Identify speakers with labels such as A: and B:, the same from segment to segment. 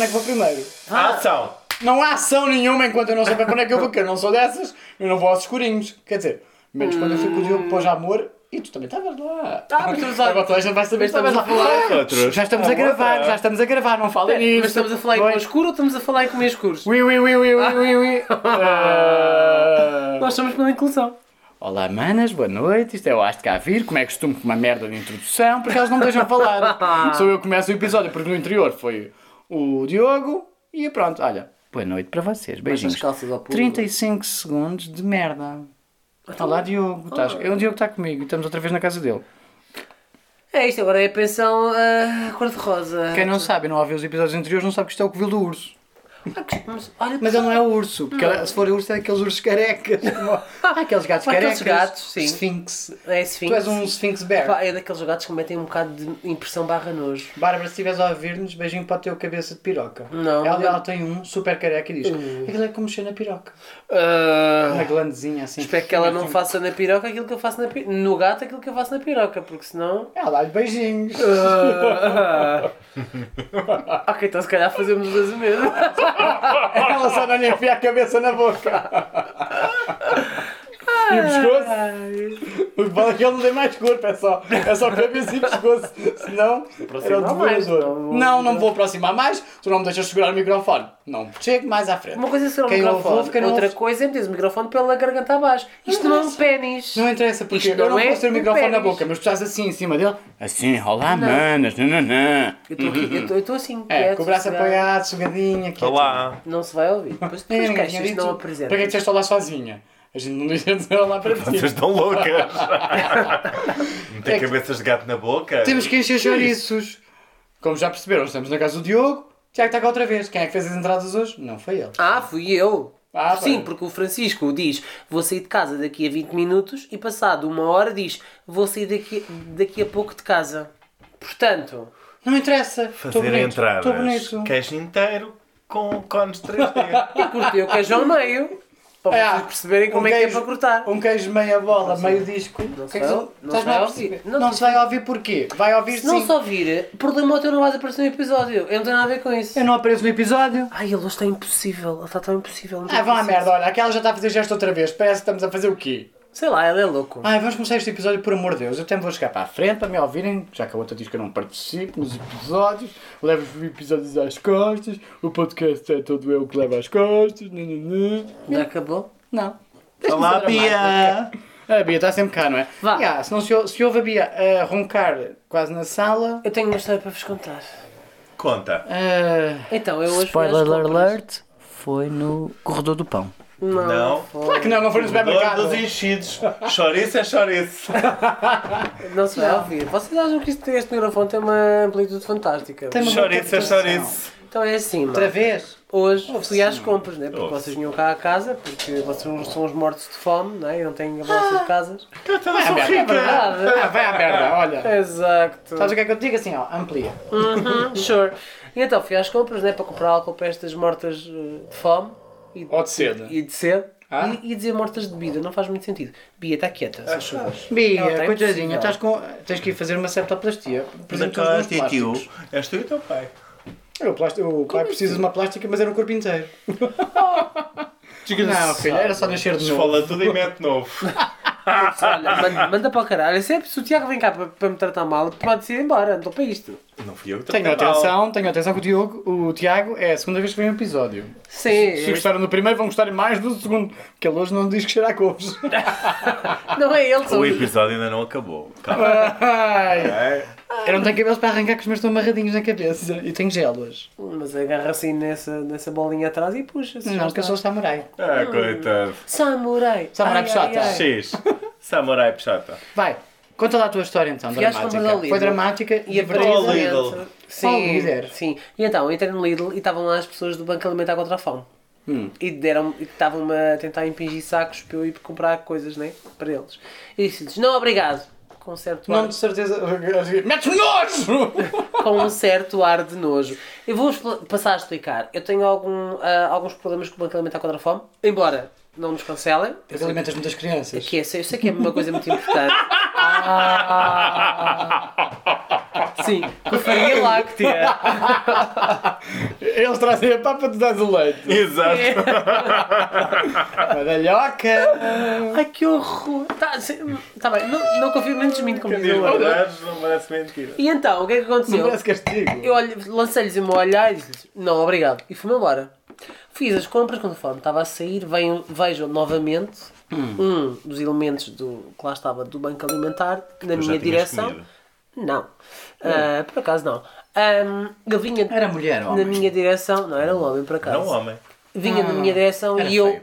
A: é primeiro.
B: A ação.
A: Não há ação nenhuma enquanto eu não souber para onde é que eu vou, porque eu não sou dessas, eu não vou aos escurinhos. Quer dizer, menos quando eu fui com o Diogo para o Jamor e tu também estavas lá.
C: Ah, Hum. mas estamos a-
A: Agora toda a gente vai saber,
C: Estavas
A: estamos a
C: a falar.
A: falar.
B: Outros.
A: Já estamos a
B: Ah,
A: gravar,
B: tá.
A: já estamos a gravar, não falem nisso.
C: Mas estamos a falar em
A: Oi.
C: comer escuro ou estamos a falar em comer escuros?
A: Ui, ui, ui, ui, ui, ui, ui. Ah.
C: Nós estamos pela inclusão.
A: Olá, manas, boa noite. Isto é o Aste Cá Vir. Como é costume com uma merda de introdução, porque elas não me deixam falar. Sou eu que começo o episódio, porque no interior foi o Diogo e pronto, olha. Boa noite para vocês. Beijinhos.
C: as calças ao pulo.
A: 35 segundos de merda. Olá, Diogo. Estás... É o Diogo que está comigo. Estamos outra vez na casa dele.
C: É isto, agora é a pensão ah, cor-de-rosa.
A: Quem não sabe, e não ouviu os episódios anteriores, não sabe que isto é o covil do urso.
C: Ah, que- Mas, um- olha,
A: Mas ele não é o urso, porque ele- se for urso é aqueles ursos carecas. como- Ah, aqueles gatos
C: Ou
A: carecas.
C: aqueles gatos, sim.
A: Sphinx.
C: é Sphinx.
A: Tu és um Sphinx Bear.
C: Pá, é daqueles gatos que metem um bocado de impressão barra nojo.
A: Bárbara, se estiveres a ouvir-nos, beijinho para o teu cabeça de piroca.
C: Não. Uh.
A: Ela, ela tem um super careca e diz: aquilo é como mexer na piroca.
C: Ah.
A: Uma glandezinha assim.
C: Espero que ela não faça na piroca aquilo que eu faço na pi... no gato aquilo que eu faço na piroca, porque senão.
A: Ela dá-lhe beijinhos.
C: ok, então se calhar fazemos os dois o mesmo.
A: ela só não lhe enfia a cabeça na boca. e o pescoço? O que vale é que ele não tem mais corpo, é só, é só cabeça e pescoço. Senão, era o
C: Aproxima mais, então.
A: devorador.
C: não-
A: Não, não me vou aproximar mais. Tu não me deixas segurar o microfone. Não, chego mais à frente.
C: Uma coisa é ser o
A: Quem ouve,
C: microfone,
A: ouve, quem não
C: outra
A: ouve.
C: coisa é meter o microfone pela garganta abaixo. Isto não é um pênis.
A: Não interessa, porque
C: Isto
A: eu não
C: não é
A: posso ter o
C: um
A: microfone na
C: pênis.
A: boca, mas tu estás assim em cima dele. Assim, olá manas, nananã.
C: Eu estou aqui, eu tô- eu estou assim,
A: É,
C: quieto,
A: com o braço
C: sossegado.
A: apoiado, sugadinha. quietinha.
B: Olá.
C: Não se vai ouvir. Depois
A: É,
C: depois
A: ninguém tinha
C: queixas,
A: dito.
C: não
A: Para que é que
C: apresentas.
A: disseste olá sozinha? A gente não devia dizer olá para ti.
B: Vocês estão loucas. Meter cabeças de gato na boca.
A: É Temos que encher chouriços. Como já perceberam, estamos na casa do Diogo. Tiago está cá outra vez. Quem é que fez as entradas hoje? Não foi ele.
C: Ah, fui eu.
A: Ah,
C: Sim,
A: bem.
C: porque o Francisco diz vou sair de casa daqui a 20 minutos e passado uma hora diz vou sair daqui, daqui a pouco de casa. Portanto,
A: Não interessa. Estou
B: Fazer
A: bonito. Estou
B: entradas.
A: bonito.
B: Queijo inteiro com cones 3D.
C: eu cortei o queijo ao é meio. Para
A: Ah,
C: vocês perceberem como
A: um
C: é que é
A: queijo-
C: para cortar.
A: Um queijo meia bola, meio disco.
C: Não
A: O que é
C: sei,
A: que
C: não
A: tu- estás-me
C: sei
A: a
C: ouvir.
A: perceber?
C: Não
A: Não se vai ouvir porquê? Vai ouvir
C: Se não
A: sim.
C: só vir, problema o teu não vais aparecer no episódio. Eu não tenho nada a ver com isso.
A: Eu não apareço no episódio.
C: Ai, ele hoje está impossível. Ele está tão impossível. não tem
A: Ah, vão à
C: paciência.
A: merda, olha, aquela já está a fazer gesto outra vez, parece que estamos a fazer o quê?
C: Sei lá, ele é louco.
A: Ai, vamos começar este episódio, por amor de Deus, eu até me vou chegar para a frente para me ouvirem, já que a outra diz que eu não participo nos episódios, levo os episódios às costas, o podcast é todo eu que levo às costas, nã, nã, nã.
C: Já acabou?
A: não.
B: Olá, Bia.
A: A Bia está sempre cá, não é?
C: Vá.
A: Ya, se, não se, ou- se ouve a Bia a roncar quase na sala...
C: Eu tenho uma história para vos contar.
B: Conta.
A: ah,
C: Então, eu hoje. fui às
A: spoiler
C: compras.
A: alert, foi no corredor do pão.
C: Não.
B: Não.
A: Claro Ah, que não, não foi no
B: Dor
A: supermercado.
B: dos enchidos. Chouriço é chouriço.
C: Não se vai ouvir. Vocês acham que isto- este microfone tem uma amplitude fantástica?
A: Tem uma boa
B: Chouriço é
A: captação.
B: chouriço.
C: Então é assim, mano.
A: Outra vez?
C: Hoje fui às compras, né? Porque
B: Ouve-se.
C: vocês vinham cá à casa, porque vocês são os mortos de fome, né? E não têm as
A: Ah.
C: vossas casas.
B: Todas são
A: É merda.
B: ricas.
C: Verdade.
A: Ah, vai à merda, olha.
C: Exato.
A: Sabes o que é que eu te digo assim, ó? Amplia.
C: Uhum, sure. E então fui às compras, né? Para comprar álcool para estas mortas eh, de fome. E,
A: Ou de sede.
C: E de sede.
A: Ah?
C: E, e dizer mortas de bebida, não faz muito sentido. Bia, está quieta, se achas? Ela
A: Bia,
C: tem
A: coitadinha,
C: possível.
A: estás com... tens que ir fazer uma septoplastia. Por exemplo, todos os
B: Decote aqui o.
A: plásticos.
B: És tu e o teu pai.
A: Eu, plástico, o é pai precisa de uma plástica, mas era o corpo inteiro. Não, filho, era só nascer de novo.
B: Esfola tudo e mete novo.
C: Olha, manda, manda para o caralho. Sempre se o Tiago vem cá para, para me tratar mal, pode-se ir embora, não estou para isto.
B: Não fui eu que
A: Tenho
B: tratei mal.
A: atenção, tenho atenção com o Diogo. O Tiago é a segunda vez que vem um episódio.
C: Sim,
A: Se gostaram do primeiro, vão gostar mais do segundo. Porque ele hoje não diz que cheira a couves.
C: não é ele, sou
B: O
C: eu.
B: episódio ainda não acabou. Tá. Calma.
A: Ai,
B: É.
A: eu não tenho cabelos para arrancar, que os meus estão amarradinhos na cabeça. E tenho gelos.
C: Mas agarra assim nessa, nessa bolinha atrás e puxa. se já
A: Não, porque eu
C: está.
A: sou samurai.
B: Ah, coitado.
C: Samurai!
A: Samurai tá.
C: Ai,
A: Peixota.
C: ai, ai.
B: X. Samurai Pichata.
A: Vai, conta lá a tua história então,
C: Fui às compras ao
A: dramática.
C: Lidl.
A: Foi dramática
C: E
A: e
C: a
A: verdade.
B: Oh, Lidl.
A: Oh,
C: Sim,
A: líder.
C: sim. E então, eu entrei no Lidl e estavam lá as pessoas do Banco Alimentar contra a Fome. E deram e estavam-me a tentar impingir sacos para eu ir comprar coisas, né? Para eles. E disse-lhes, não, obrigado. Com um certo
A: Não
C: ar,
A: de certeza. Metes-me nojo!
C: com um certo ar de nojo. Eu vou expl- passar a explicar. Eu tenho algum, ah, alguns problemas com o Banco Alimentar contra a Fome, embora não nos cancelem.
A: Porque alimentas muitas crianças.
C: Que é, eu sei que é uma coisa muito importante. Sim, com farinha láctea.
A: Eles trazem a papa, tu dás o leite.
B: Exato.
A: Badalhoca!
C: Ai que horror! Tá, sim, tá bem, não, não confio nem desminto como
B: Quem
C: diz
B: diz
C: o outro.
B: verdades não parece mentira.
C: E então, o que é que
A: Não
C: aconteceu?
A: parece um castigo.
C: Eu olhe- lancei-lhes o meu olhar e disse não, obrigado. E fui-me embora. Fiz as compras, conforme estava a sair, venho, vejo novamente um dos elementos do, que lá estava do banco alimentar na
B: já
C: minha
B: tinhas
C: direção.
B: comido?
C: Não. Ah, por acaso não. Ah, ele vinha
A: Era mulher ou
C: na
A: homem?
C: minha direção. Não, era um homem por acaso.
B: Não, É homem.
C: Vinha na minha direção
A: Era
C: e eu
A: feio.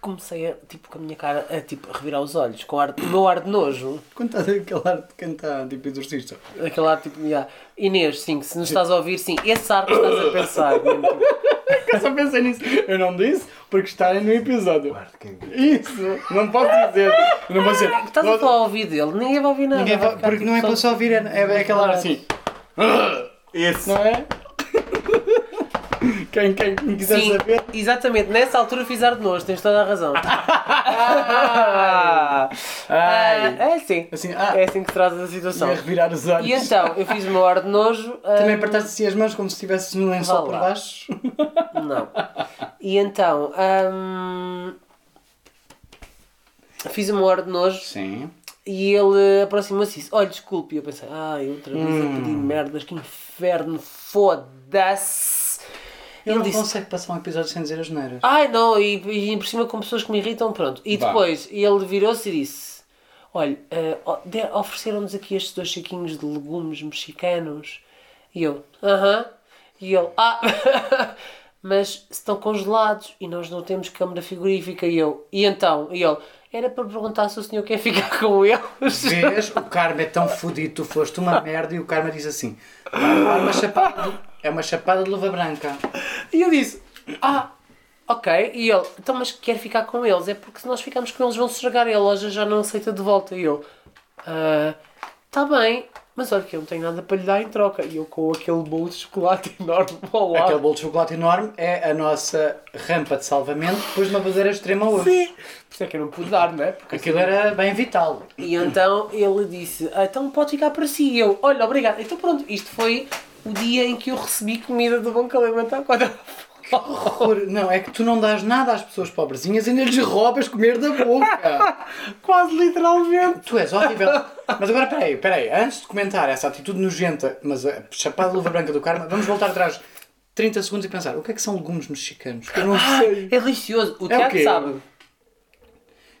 C: comecei a, tipo, com a minha cara a, tipo, a revirar os olhos, com o ar- o meu ar de nojo.
A: Quando estás aquele ar de cantar, tipo exorcista.
C: Aquele ar tipo, yeah. Inês, sim, se nos estás a ouvir, sim, esse ar que estás a pensar. mesmo, tipo,
A: Eu só pensei nisso. Eu não disse porque estarem no episódio. Isso! Não posso dizer. Eu Não posso dizer.
C: Estás a falar ao ouvido dele, ninguém vai ouvir nada.
A: Ninguém
C: vai
A: vai-
C: ficar
A: porque
C: tipo
A: não é para
C: todo-
A: só ouvir, é, é aquele ar assim.
B: Esse.
A: Não é? Quem, quem quiser
C: Sim,
A: saber.
C: exatamente, nessa altura fiz ar de nojo, tens toda a razão. Ah,
A: Ai.
C: é assim.
A: Assim, ah.
C: É assim que trazes a
A: Ia
C: situação.
A: revirar os olhos.
C: E então, eu fiz o meu ar de nojo.
A: Também
C: hum,
A: apertaste assim as mãos como se estivesse no
C: Vá
A: lençol
C: lá.
A: por baixo.
C: Não. E então, hum, fiz o meu ar de nojo.
A: Sim.
C: E ele aproximou-se e disse: Olha, desculpe. E eu pensei: Ai, outra vez a pedir
A: Hum.
C: merdas, que inferno, foda-se.
A: Ele não
C: disse-
A: consegue passar um episódio sem dizer as neiras.
C: Ai, não, e, e por cima com pessoas que me irritam, pronto. E
A: Vá.
C: depois ele virou-se e disse: Olha, eh, o- de- ofereceram-nos aqui estes dois saquinhos de legumes mexicanos. E eu: Aham. E ele: Ah, mas estão congelados e nós não temos câmara frigorífica. E eu: E então? E ele: Era para perguntar se o senhor quer ficar com eles.
A: Vês? O karma é tão fodido, tu foste uma merda e o karma diz assim: "Pá, pá, uma chapada de- é uma chapada de luva branca.
C: E eu disse: Ah, ok. E ele: Então, mas quer ficar com eles? É porque se nós ficarmos com eles, vão se estragar e a loja já não aceita de volta. E eu: Ah, tá bem, mas olha que eu não tenho nada para lhe dar em troca. E eu com aquele bolo de chocolate enorme ao lado.
A: Aquele bolo de chocolate enorme é a nossa rampa de salvamento depois de uma bandeira extrema hoje.
C: Sim. Por isso é que eu não pude dar, não é? Porque
A: Aquilo era bem vital.
C: E então ele disse: "Ah, Então pode ficar para si. E eu: Olha, obrigado. Então pronto, isto foi o dia em que eu recebi comida do Banco Alimentar quando eu
A: Horror. Não, é que tu não dás nada às pessoas pobrezinhas e ainda lhes roubas comer da boca.
C: Quase literalmente.
A: Tu és horrível. Mas agora peraí, peraí, antes de comentar essa atitude nojenta, mas a chapada de luva branca do karma, vamos voltar atrás 30 segundos e pensar: o que é que são legumes mexicanos? Eu não sei.
C: É delicioso. O
A: É o
C: Tiago
A: quê?
C: sabe.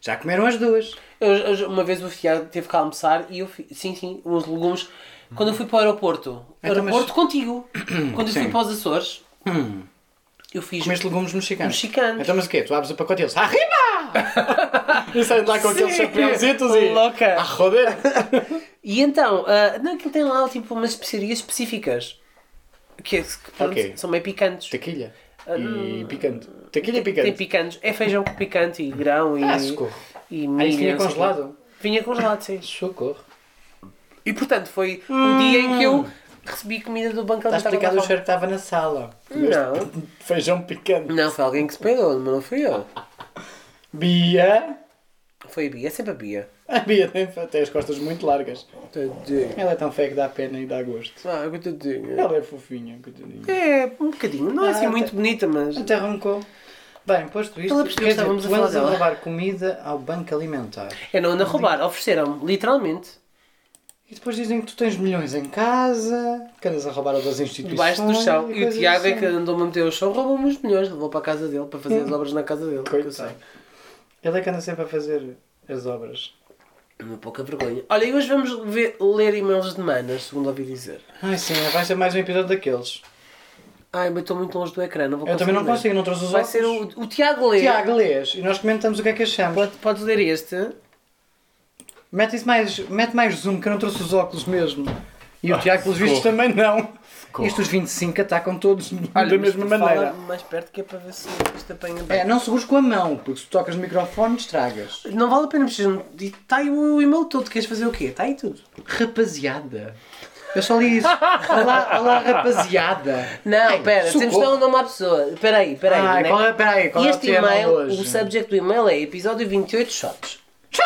A: Já comeram as duas.
C: Eu- eu- uma vez o Fiado teve que almoçar e eu fi- sim, sim, uns legumes. Quando eu fui para o aeroporto,
A: Então, mas-
C: aeroporto contigo, quando eu
A: Sim.
C: fui para os Açores, eu fiz.
A: Comeste legumes mexicanos.
C: Mexicanos.
A: Então, mas o quê? Tu abres o pacote e eles. Arriba! e saem de lá com aqueles
C: Sim.
A: chapéuzitos e. "Ah,
C: Louca.
A: A roder!
C: E então, ah, não, aquilo tem lá tipo umas especiarias específicas que, é- que, pronto,
A: Ok.
C: são meio picantes.
A: Tequilha. E picante. Tequilha e
C: Ah, hum. Tem
A: picante.
C: picantes, é feijão com picante e grão e.
A: Ah, socorro.
C: e
A: Ah,
C: milho,
A: isso vinha
C: não sei o quê.
A: congelado.
C: Vinha congelado, sim.
A: Socorro.
C: E portanto, foi o dia em que eu recebi comida do banco
A: Está
C: alimentar
A: explicado Hum. o
C: da
A: cheiro que estava na sala.
C: Fama. Não,
A: Feijão picante.
C: não, foi alguém que se peidou, mas não fui eu.
A: Bia.
C: Foi a Bia, é sempre a Bia.
A: A Bia tem, tem as costas muito largas.
C: Tadinho.
A: Ela é tão feia que dá pena e dá gosto.
C: Ah, que tadinho.
A: Ela é fofinha, coitadinha.
C: É, um bocadinho. Não é assim
A: Ah,
C: muito bonita, mas.
A: Até roncou. Bem, posto isto,
C: Ela percebeu que
A: quer dizer,
C: estávamos a
A: tu
C: falar
A: andas a
C: dela.
A: roubar comida ao banco alimentar.
C: Eu não ando a roubar, ofereceram-me, literalmente.
A: E depois dizem que tu tens milhões em casa, que andas a roubar outras instituições.
C: Debaixo do chão. E o
A: coisas
C: Tiago é
A: assim. Hum.
C: que andou-me a meter o chão, roubou-me os milhões, levou para a casa dele, para fazer as obras na casa dele. que eu sei.
A: Coitado. Ele é que anda sempre a fazer as obras.
C: Uma pouca vergonha. Olha, e hoje vamos ver- ler e-mails de manas, segundo ouvi dizer.
A: Ai sim, vai ser mais um episódio daqueles.
C: Ai, mas estou muito longe do ecrã, não vou
A: Eu também não
C: ler.
A: consigo, não trouxe os
C: Vai
A: óculos.
C: ser o, o Tiago lê.
A: Tiago, lês e nós comentamos o que é que achamos.
C: Pode- Podes ler este?
A: Mete, isso mais, mete mais zoom, que eu não trouxe os óculos mesmo. E o Tiago, pelos vistos,
B: Ah, socorro.
A: também não. Estes 25 atacam todos da
C: mas
A: mesma
C: tu fala
A: maneira.
C: mais perto que é para ver se isto apanha bem.
A: É, não seguros com a mão, porque se tocas no microfone, estragas.
C: Não vale a pena precisar. Está tá aí o e-mail todo, queres fazer o quê? Está aí tudo.
A: Rapaziada. Eu só li isso. Olá, olá rapaziada.
C: Não, pera, temos de dar um nome à pessoa. Espera aí, espera aí.
A: Ai,
C: né?
A: qual é, peraí, qual
C: este
A: é o tema
C: e-mail,
A: hoje?
C: o subject do e-mail é episódio 28 shots.
A: Shot!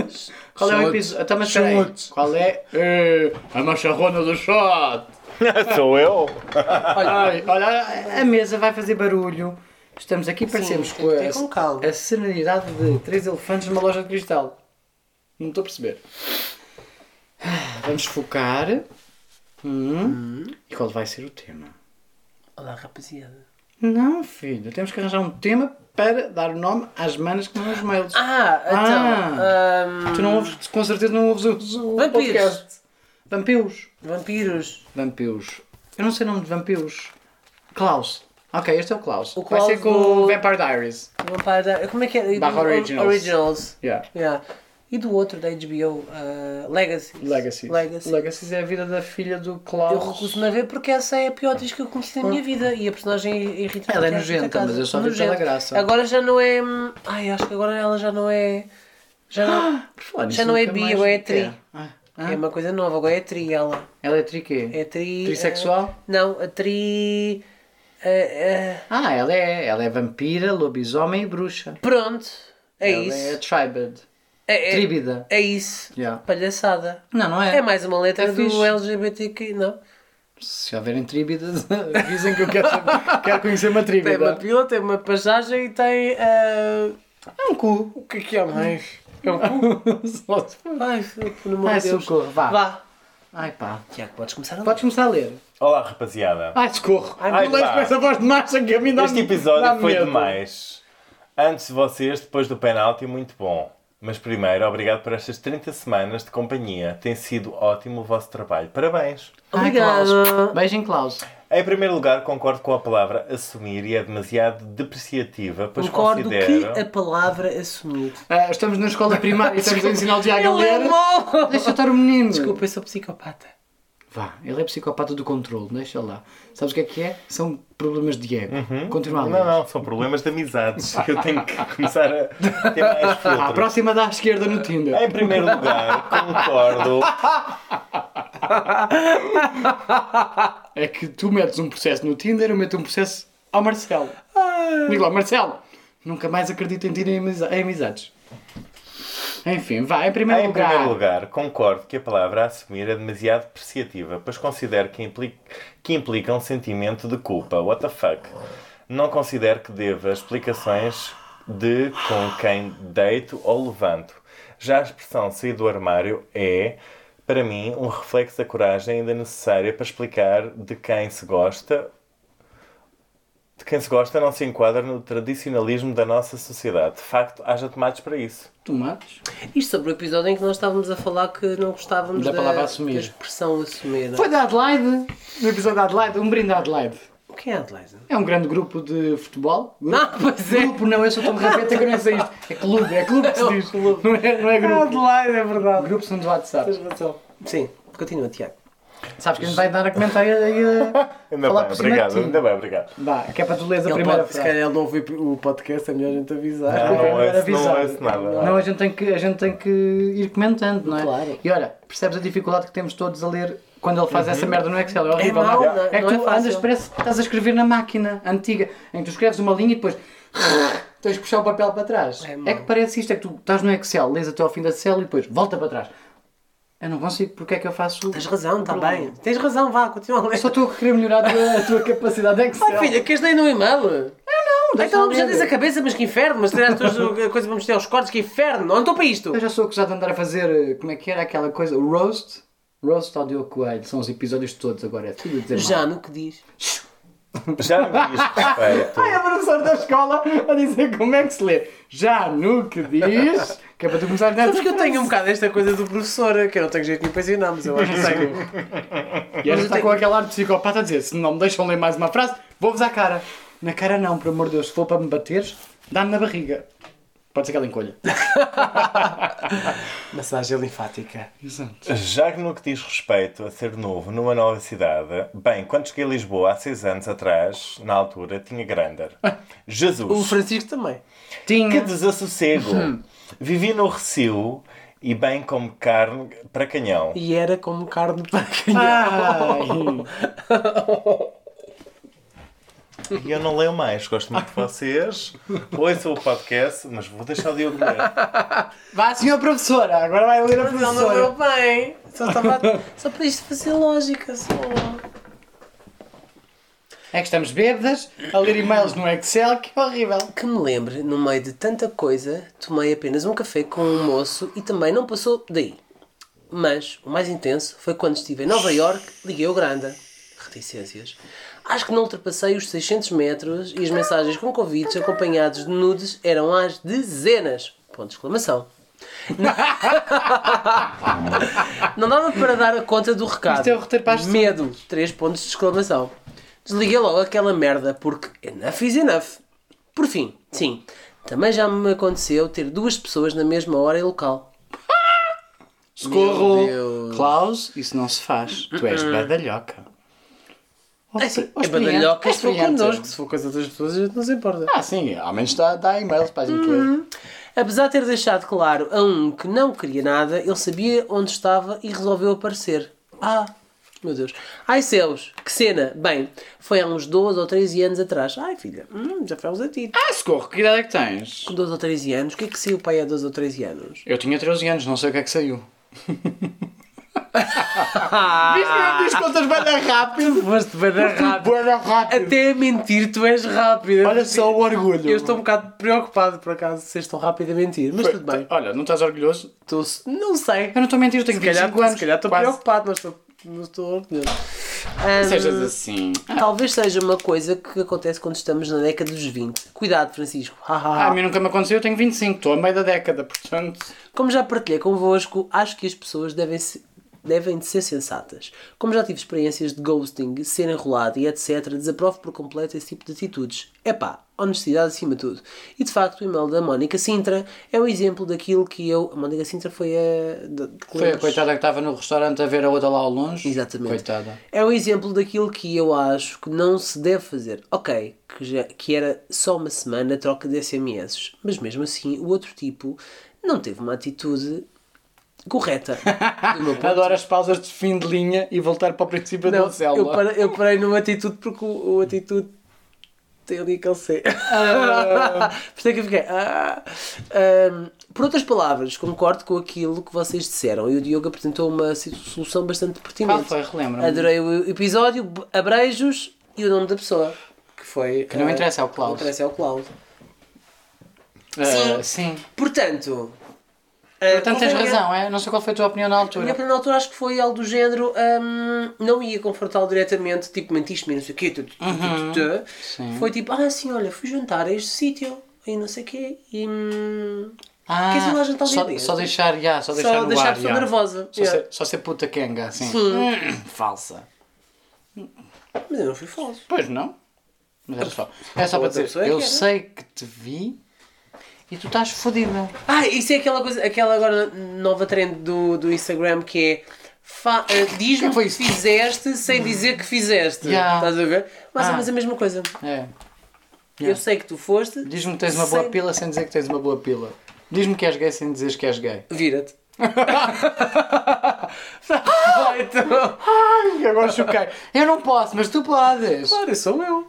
A: Shot! Qual é o
C: Shot.
A: episódio? Então, mas espera aí.
B: Shot.
A: Qual é? Eh, a macharrona do shot.
B: Sou eu?
A: Ah. Ai, olha, a mesa vai fazer barulho. Estamos aqui, parecemos
C: tem que ter com calma.
A: a, a serenidade de três elefantes numa loja de cristal. Não estou a perceber. Vamos focar. Hum. E qual vai ser o tema?
C: Olá, rapaziada.
A: Não, filho, temos que arranjar um tema para dar o nome às manas que não os mails.
C: Ah,
A: Ah.
C: então. ahm,
A: Tu não ouves, com certeza não ouves o, o
C: Vampiros.
A: podcast. Vampiros.
C: Vampiros.
A: Vampiros. Eu não sei o nome de vampiros. Klaus. Ok, este é o Klaus.
C: O
A: Vai
C: Klaus
A: ser com
C: do-
A: o Vampire Diaries.
C: Vampire. Como é que é?
A: Barra
C: O-
A: Originals.
C: Originals.
A: Yeah.
C: Yeah. E do outro da HBO, ah, Legacy.
A: Legacy.
C: Legacy.
A: Legacy é a vida da filha do Klaus.
C: Eu recuso-me a ver porque essa é a pior atriz que eu conheci na minha vida e a personagem irrita
A: Ela é nojenta, mas eu só vi pela graça.
C: Agora já não é. hum, Ai, acho que agora ela já não é. Já não,
A: Por falar nisso,
C: já não é
A: nunca
C: bi,
A: mais-
C: agora é tri.
A: Ah, ah.
C: É uma coisa nova, agora é tri ela.
A: Ela é tri quê?
C: É tri.
A: Trissexual?
C: eh, não, a tri. eh, eh,
A: Ah, ela é. Ela é vampira, lobisomem e bruxa.
C: pronto, é
A: ela é
C: isso.
A: tribed.
C: É, é,
A: Tríbida.
C: é isso.
A: Yeah.
C: Palhaçada.
A: Não, não é?
C: É mais uma letra
A: É
C: do
A: fixe.
C: LGBTQ, não?
A: Se houverem tríbidas, dizem que eu quero, saber- quero conhecer uma tríbida.
C: Tem uma pila, tem uma passagem e tem. ah,
A: É um cu.
C: O que é que há mais? É um cu?
A: Só se for.
C: Ai, Filipe, pelo amor
A: Ai,
C: de Deus.
A: socorro, vá.
C: Vá.
A: Ai pá.
C: Tiago, podes começar a
A: Podes começar a ler.
B: Olá, rapaziada.
A: Ai, socorro.
C: Ai,
A: Ai, não
B: pá.
A: leis com essa voz de marcha que a mim dá
B: Este episódio foi demais. Antes de vocês, depois do penalti, muito bom. Mas primeiro, obrigado por estas 30 semanas de companhia. Tem sido ótimo o vosso trabalho. Parabéns.
A: Ai, Klaus.
C: Obrigada.
A: Beijinho, Klaus.
B: Em primeiro lugar, concordo com a palavra assumir e é demasiado depreciativa, pois
C: Concordo
B: considero...
C: que a palavra assumir.
A: Ah, estamos na escola primária e estamos a ensinar o Tiago a
C: Ele é
A: ler.
C: mau.
A: Deixa estar o menino.
C: Desculpa, eu sou psicopata.
A: Vá, ele é psicopata do controle, deixa lá. Sabes o que é que é? São problemas de ego. Continua a ler.
B: Uhum. Não, não, são problemas de amizades. que Eu tenho que começar a ter mais
A: À
B: filtro.
A: próxima da esquerda no Tinder.
B: Em primeiro lugar, concordo.
A: É que tu metes um processo no Tinder, eu meto um processo ao Marcelo.
B: Ah.
A: Digo lá, Marcelo, nunca mais acredito em ti nem em amiza- em amizades. Enfim, vá, em primeiro
B: Ah, Em
A: lugar.
B: primeiro lugar, concordo que a palavra assumir é demasiado depreciativa, pois considero que implica, que implica um sentimento de culpa. What the fuck? Não considero que deva explicações de com quem deito ou levanto. Já a expressão sair do armário é, para mim, um reflexo da coragem ainda necessária para explicar de quem se gosta de quem se gosta não se enquadra no tradicionalismo da nossa sociedade. De facto, haja tomates para isso.
A: Tomates.
C: Isto sobre o episódio em que nós estávamos a falar que não gostávamos
A: Da
C: da,
A: palavra assumir.
C: da expressão assumir.
A: Foi da Adelaide, no episódio da Adelaide, um brinde à Adelaide.
C: O que é Adelaide?
A: É um grande grupo de futebol. Grupo?
C: Não, pois é.
A: Grupo, não, eu sou tão rabeta que eu não sei isto. É clube, é clube que se diz. Não é, não é grupo.
C: um Adelaide, é verdade.
A: Grupos são do WhatsApp.
C: Tens razão. Sim, continua, Tiago.
A: Sabes que a gente vai dar a comentar é, e a- e a
B: Ainda
A: falar
B: bem,
A: por cima de
B: obrigado.
A: ti.
B: Ainda bem, obrigado.
A: Vá, que é para tu leres a primeira frase.
C: ele não ouve o podcast, é melhor a gente avisar.
B: Não, não
A: Era
B: ouço, não
A: bizarro.
B: ouço nada.
A: Não, a gente, tem que, a gente tem que ir comentando, não é?
C: Claro.
A: E olha, percebes a dificuldade que temos todos a ler quando ele faz essa
B: Uhum.
A: merda no Excel. É horrível.
C: É mau, não é?
A: é que
C: Não é
A: tu
C: fácil.
A: andas, parece que estás a escrever na máquina antiga, em que tu escreves uma linha e depois tens de puxar o papel para trás.
C: É mau.
A: É, que parece isto, é que tu estás no Excel, lês até ao fim da célula e depois volta para trás. Eu não consigo, porque é que eu faço.
C: Tens razão, está bem. Tens razão, vá, continua a ler.
A: Eu só estou a querer melhorar a tua, a tua capacidade de Excel.
C: Ai, filha, queres ler no e-mail?
A: não, deixa
C: Então já
A: ler.
C: tens a cabeça, mas que inferno, mas tirar as tuas coisas para mostrar os cortes, que inferno, não estou para isto.
A: Eu já sou acusado de andar a fazer, eh, como é que era aquela coisa, o roast? Roast ao Diogo Coelho, são os episódios todos agora, é tudo a dizer mal.
C: Já no que diz.
B: Já me diz respeito.
A: Ai, a professora da escola a dizer como é que se lê. Já no que diz, que é para tu começar nessa
C: Sabes que eu tenho um bocado esta coisa do professor, que eu não tenho jeito nenhum para ensinar, mas eu acho que tenho.
A: frase. E ela está com aquela arte psicopata a dizer, se não me deixam ler mais uma frase, vou-vos à cara. Na cara não, por amor de Deus, se for para me bateres, dá-me na barriga. Pode ser que ela encolha.
C: Massagem linfática.
A: Exato.
B: Já que no que diz respeito a ser novo numa nova cidade, bem, quando cheguei a Lisboa há seis anos atrás, na altura, tinha Grander.
C: O
B: Jesus!
C: Francisco também.
B: Que
A: Tinha.
B: desassossego!
A: Hum.
B: Vivi no Recio e bem como carne para canhão.
C: E era como Ah, carne para canhão.
A: Ai.
B: E eu não leio mais, gosto muito de vocês. Ouçam o podcast, mas vou deixar de o ler.
A: Vá, senhora professora, agora vai ler a
C: Mas ele não deu
A: professora.
C: bem. Só, estava a- só para isto fazer lógica. Só.
A: É que estamos bêbadas a ler e-mails no Excel, que horrível.
C: Que me lembre, no meio de tanta coisa, tomei apenas um café com um moço e também não passou daí. Mas o mais intenso foi quando estive em Nova York, liguei ao Granda. Reticências. Acho que não ultrapassei os 600 metros e as mensagens com convites acompanhados de nudes eram às dezenas. Ponto de exclamação. Não dava para dar a conta do recado.
A: Isto é o roteiro para as
C: Medo. Três pontos de exclamação. Desliguei logo aquela merda porque enough is enough. Por fim, sim, também já me aconteceu ter duas pessoas na mesma hora e local. Meu
A: Socorro!
C: Deus.
A: Klaus, isso não se faz. Tu és badalhoca. Ou se- ou
C: É
A: experiente.
C: badalhoca
A: Ou
C: se for
A: experiente.
C: connosco, se for coisa das pessoas, a gente Uhum. não se importa.
A: Ah, sim, ao menos dá, dá e-mails para a gente ler.
C: Apesar de ter deixado claro a um que não queria nada, ele sabia onde estava e resolveu aparecer. Ah, meu Deus. Ai céus, que cena! Bem, foi há uns 12 ou 13 anos atrás. Ai filha, hum, já foi há uns atitos.
A: Ah, socorro, que idade é que tens?
C: Com 12 ou 13 anos, o que é que saiu o pai há 12 ou 13 anos?
A: Eu tinha 13 anos, não sei o que é que saiu.
C: Ah,
A: Diz contas bem rápido.
C: foste bem rápido.
A: Bué da rápido.
C: Até a mentir, tu és rápida.
A: Olha só o orgulho.
C: Eu estou um bocado preocupado por acaso de seres tão rápido a mentir, mas tudo bem.
A: Olha, não estás orgulhoso?
C: Estou- não sei.
A: Eu não estou a mentir, eu tá. tenho
C: Se calhar
A: 25 anos.
C: se calhar estou
A: quase.
C: preocupado, mas estou- não estou orgulhoso. Ahm,
A: Sejas assim.
C: Talvez seja uma coisa que acontece quando estamos na década dos 20. Cuidado, Francisco. Ha, ha,
A: Ah,
C: ha.
A: a mim nunca me aconteceu, eu tenho 25, estou a meio da década, portanto.
C: Como já partilhei convosco, acho que as pessoas devem, se- devem de ser sensatas. Como já tive experiências de ghosting, ser enrolado e etc., desaprovo por completo esse tipo de atitudes. Epá, honestidade acima de tudo. E de facto, o e-mail da Mónica Sintra é um exemplo daquilo que eu. A Mónica Sintra foi a. da- de que
A: Foi a
C: lembras?
A: coitada que estava no restaurante a ver a outra lá ao longe.
C: Exatamente.
A: Coitada.
C: É um exemplo daquilo que eu acho que não se deve fazer. Ok, que, já, que era só uma semana a troca de SMS, mas mesmo assim o outro tipo não teve uma atitude correta. Do meu ponto.
A: Ah, Adoro as pausas de fim de linha e voltar para o princípio
C: Não,
A: da
C: eu,
A: célula.
C: pare- eu parei numa atitude porque o, o atitude tem ali aquele C. Por isso é que eu fiquei. ah. Ahm, por outras palavras, concordo com aquilo que vocês disseram e o Diogo apresentou uma si- solução bastante pertinente.
A: Qual foi? Relembra-me.
C: Adorei o episódio, b- abreijos e o nome da pessoa. Que foi.
A: Que não
C: ah,
A: interessa, é o
C: que
A: Cláudio.
C: Não interessa, é o Cláudio.
A: Ah, sim.
C: Portanto. eh,
A: Portanto, tens razão, é? Não sei qual foi a tua opinião na
C: A minha
A: altura.
C: primeira altura acho que foi algo do género hum, não ia confrontá-lo diretamente, tipo mentiste-me, não sei o quê. tu, tu, tu, tu, tu.
A: Uhum. Sim.
C: Foi tipo, ah sim, olha, fui jantar a este sítio e não sei o quê e hum,
A: Ah,
C: Queres ir lá jantar um dia
A: só,
C: deste?
A: só deixar, já, só
C: Só
A: deixar no
C: deixar
A: ar,
C: a pessoa
A: já.
C: nervosa,
A: Só,
C: já.
A: ser, só ser puta kenga, assim. Falsa.
C: mas eu não fui falso.
A: Pois não. Mas era só, era só
C: Ou
A: para
C: outra
A: dizer,
C: pessoa é
A: eu
C: que era.
A: sei que te vi e tu estás fodida.
C: Ah, isso é aquela coisa, aquela agora nova trend do, do Instagram que é fa- eh, diz-me
A: Que foi
C: que
A: isso?
C: fizeste sem dizer que fizeste.
A: Yeah.
C: Estás a ver? Mais
A: Ah.
C: ou menos a mesma coisa.
A: É.
C: Eu sei que tu foste.
A: Diz-me que tens uma boa
C: sem-
A: pila sem dizer que tens uma boa pila. Diz-me que és gay sem dizeres que és gay.
C: Vira-te.
A: Ai, agora choquei. Eu não posso, mas tu podes.
C: Claro, sou eu.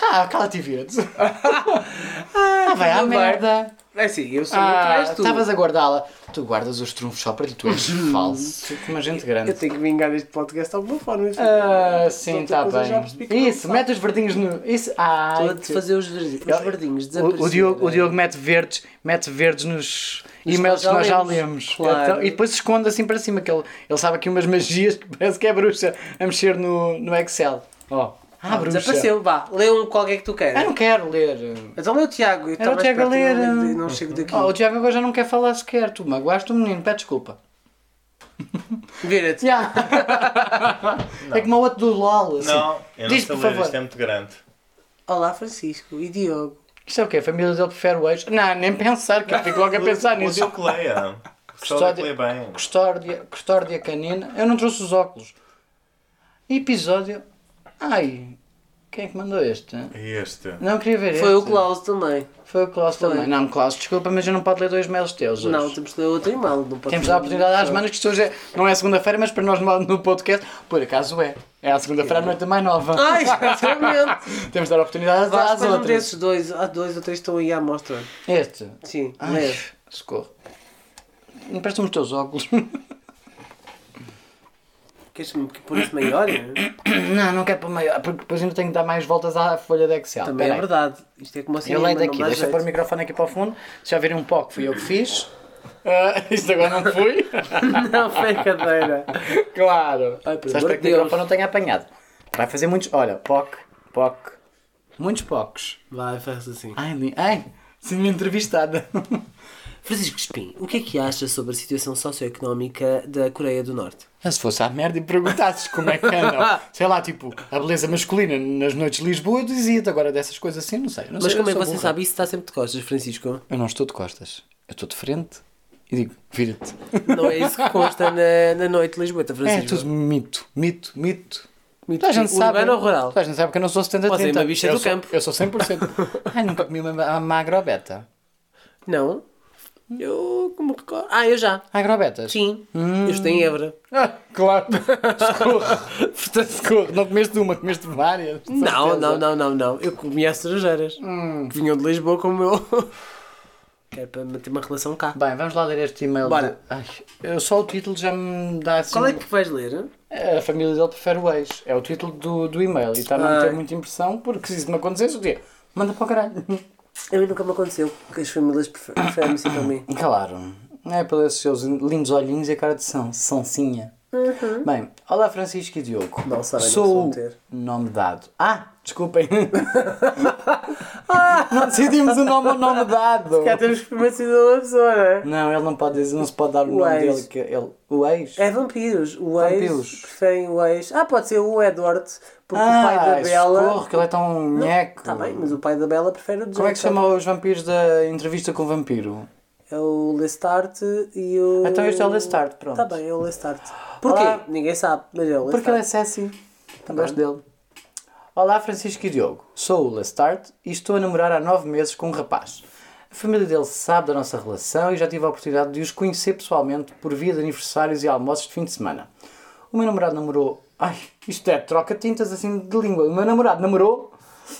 A: Ah, cala-te e vira-te. Ah, vai à
C: tudo bem.
A: merda.
C: É sim, eu sou muito
A: Ah,
C: mais tu.
A: estavas a guardá-la. Tu guardas os trunfos só para ti, tu és falso. Tu uma gente grande.
C: Eu tenho que vingar este podcast de alguma forma. enfim.
A: Ah,
C: Outra
A: sim, está
C: coisa, já percebi que
A: bem.
C: não
A: Isso,
C: sabe.
A: mete os verdinhos no. Isso. Ah,
C: Estou a te fazer os verdinhos, os verdinhos
A: o, o,
C: desaparecerem.
A: Diogo, o Diogo mete verdes, mete verdes nos e-mails que
C: já
A: nós já
C: lemos.
A: lemos.
C: Claro.
A: Então, e depois esconde assim para cima, que ele, ele sabe aqui umas magias que parece que é bruxa a mexer no, no Excel. Ó. Ah, bruxa.
C: né? Desapareceu, vá. Lê um qualquer que tu
A: Eu
C: queiras.
A: não quero ler.
C: Então lê o Tiago. eu
A: Era o
C: estava
A: Tiago a
C: esperto,
A: ler,
C: Não,
A: hum.
C: não chego daqui.
A: Oh, o Tiago agora já não quer falar sequer. Tu magoaste o menino, pede desculpa.
C: Vira-te.
A: Tiago. é como o outro do LOL. Assim.
B: Não, eu não
A: Diz,
B: sei
A: por
B: ler,
A: favor.
B: isto é muito grande.
C: Olá, Francisco e Diogo.
A: Isto é o quê? A família dele prefere o eixo? Não, nem pensar, que eu fico logo a pensar
B: O
A: nisso.
B: Diogo que leia. Só que
A: Custódia-
B: leia bem.
A: Custódia, Custódia Canina. Eu não trouxe os óculos. Episódio. Ai. Quem é que mandou este?
B: É este.
A: Não queria ver
C: Foi
A: este.
C: o Klaus também.
A: Foi o Klaus
C: Foi.
A: também. Não, Klaus, desculpa, mas eu não posso ler dois mails teus hoje.
C: Não, temos de ler outro e-mail. Não pode
A: Temos
C: ser
A: a oportunidade às
C: só.
A: manas que isto hoje é- não é segunda-feira, mas para nós no, no podcast, por acaso é. É a segunda-feira à noite da mais nova.
C: Ah, exatamente.
A: Temos de dar oportunidade
C: Vasco,
A: às
C: faz um
A: outras.
C: desses dois. Há dois ou três que estão aí à mostra.
A: Este.
C: Sim,
A: Ai,
C: lê.
A: socorro. Me prestam os teus óculos.
C: Queres-me que pôr isso maior? é?
A: não, não quero para maior, porque depois ainda tenho que dar mais voltas à folha de Excel.
C: Também é
A: Peraí.
C: verdade. Isto é como assim.
A: Eu leio daqui, deixa eu pôr o microfone aqui para o fundo. Se já virem um pouco, fui eu que fiz. Ah, isto agora não fui.
C: Não, brincadeira.
A: claro.
C: Ai, por
A: Só
C: amor
A: espero que
C: de
A: o
C: Deus.
A: microfone não tenha apanhado. Vai fazer muitos. Olha, POC, POC. Muitos POCs.
C: Vai, faz assim.
A: Ai, li- ai sinto-me entrevistada.
C: Francisco Espim, o que é que acha sobre a situação socioeconómica da Coreia do Norte?
A: Ah, se fosse à merda e perguntasses como é que andam. sei lá, tipo, a beleza masculina nas noites de Lisboa, eu dizia-te agora dessas coisas assim, não sei. Não
C: Mas
A: sei,
C: como é
A: eu
C: que
A: sou
C: você
A: burra.
C: sabe isso? Está sempre de costas, Francisco.
A: Eu não estou de costas. Eu estou de frente e digo, vira-te.
C: Não é isso que consta na, na noite de Lisboa, tá
A: É
C: Francisco.
A: tudo mito, mito, mito.
C: Mito.
A: Toda a gente sabe.
C: Urbano ou rural?
A: Toda a gente sabe que eu não sou 70
C: Você é
A: 30.
C: uma bicha
A: eu
C: do
A: sou,
C: campo.
A: Eu sou 100%. Ai, nunca comi uma, uma agrobeta.
C: Não? Eu como recordo. Ah, eu já.
A: Agrobetas?
C: Sim. Eu estou em Évora.
A: Ah, claro. Socorro. Socorro. Não comeste uma, comeste várias. de
C: Não,
A: certeza.
C: não, não, não, não. Eu comia estrangeiras. Que vinham de Lisboa como eu. Que era para manter uma relação cá.
A: Bem, vamos lá ler este e-mail.
C: Bora.
A: do- Ai, eu- só o título já me dá assim.
C: Qual é que vais ler?
A: A família dele prefere o ex. É o título do, do e-mail. E está-me a
C: Ai.
A: meter muita impressão porque se isso me acontecesse, eu dizia: manda para o caralho.
C: A mim nunca me aconteceu que as famílias prefer- preferem isso para mim.
A: Claro. É pelos seus lindos olhinhos e a cara de são, sonsinha. Bem, olá Francisco e Diogo.
C: Uhum. Não sabem, não se vão
A: Sou
C: ter.
A: o nome dado. Ah, desculpem. Ah, não decidimos o nome ao nome dado.
C: Cá temos que primeiro decidir uma pessoa, não é?
A: Não, ele não pode dizer, não se pode dar o,
C: O
A: nome
C: ex.
A: dele. Que ele, o ex?
C: É vampiros. O ex.
A: Vampiros.
C: Preferem o ex. Ah, pode ser o Edward. Porque o pai da
A: Ah,
C: Bela.
A: socorro, que ele é tão nheco.
C: Está bem, mas tá o pai da Bela prefere o Jacob.
A: Como é que se chama os vampiros da entrevista com o vampiro?
C: É o Lestart e o.
A: Então este é o Lestat, pronto.
C: Está bem, é o Lestart. Porquê?
A: Olá.
C: Ninguém sabe, mas é o
A: Porque ele é
C: Lestart.
A: sexy. Gosto dele. Olá, Francisco e Diogo. Sou o Lestart e estou a namorar há nove meses com um rapaz. A família dele sabe da nossa relação e já tive a oportunidade de os conhecer pessoalmente por via de aniversários e almoços de fim de semana. O meu namorado namorou. Ai, isto é troca de tintas assim de língua. O meu namorado namorou.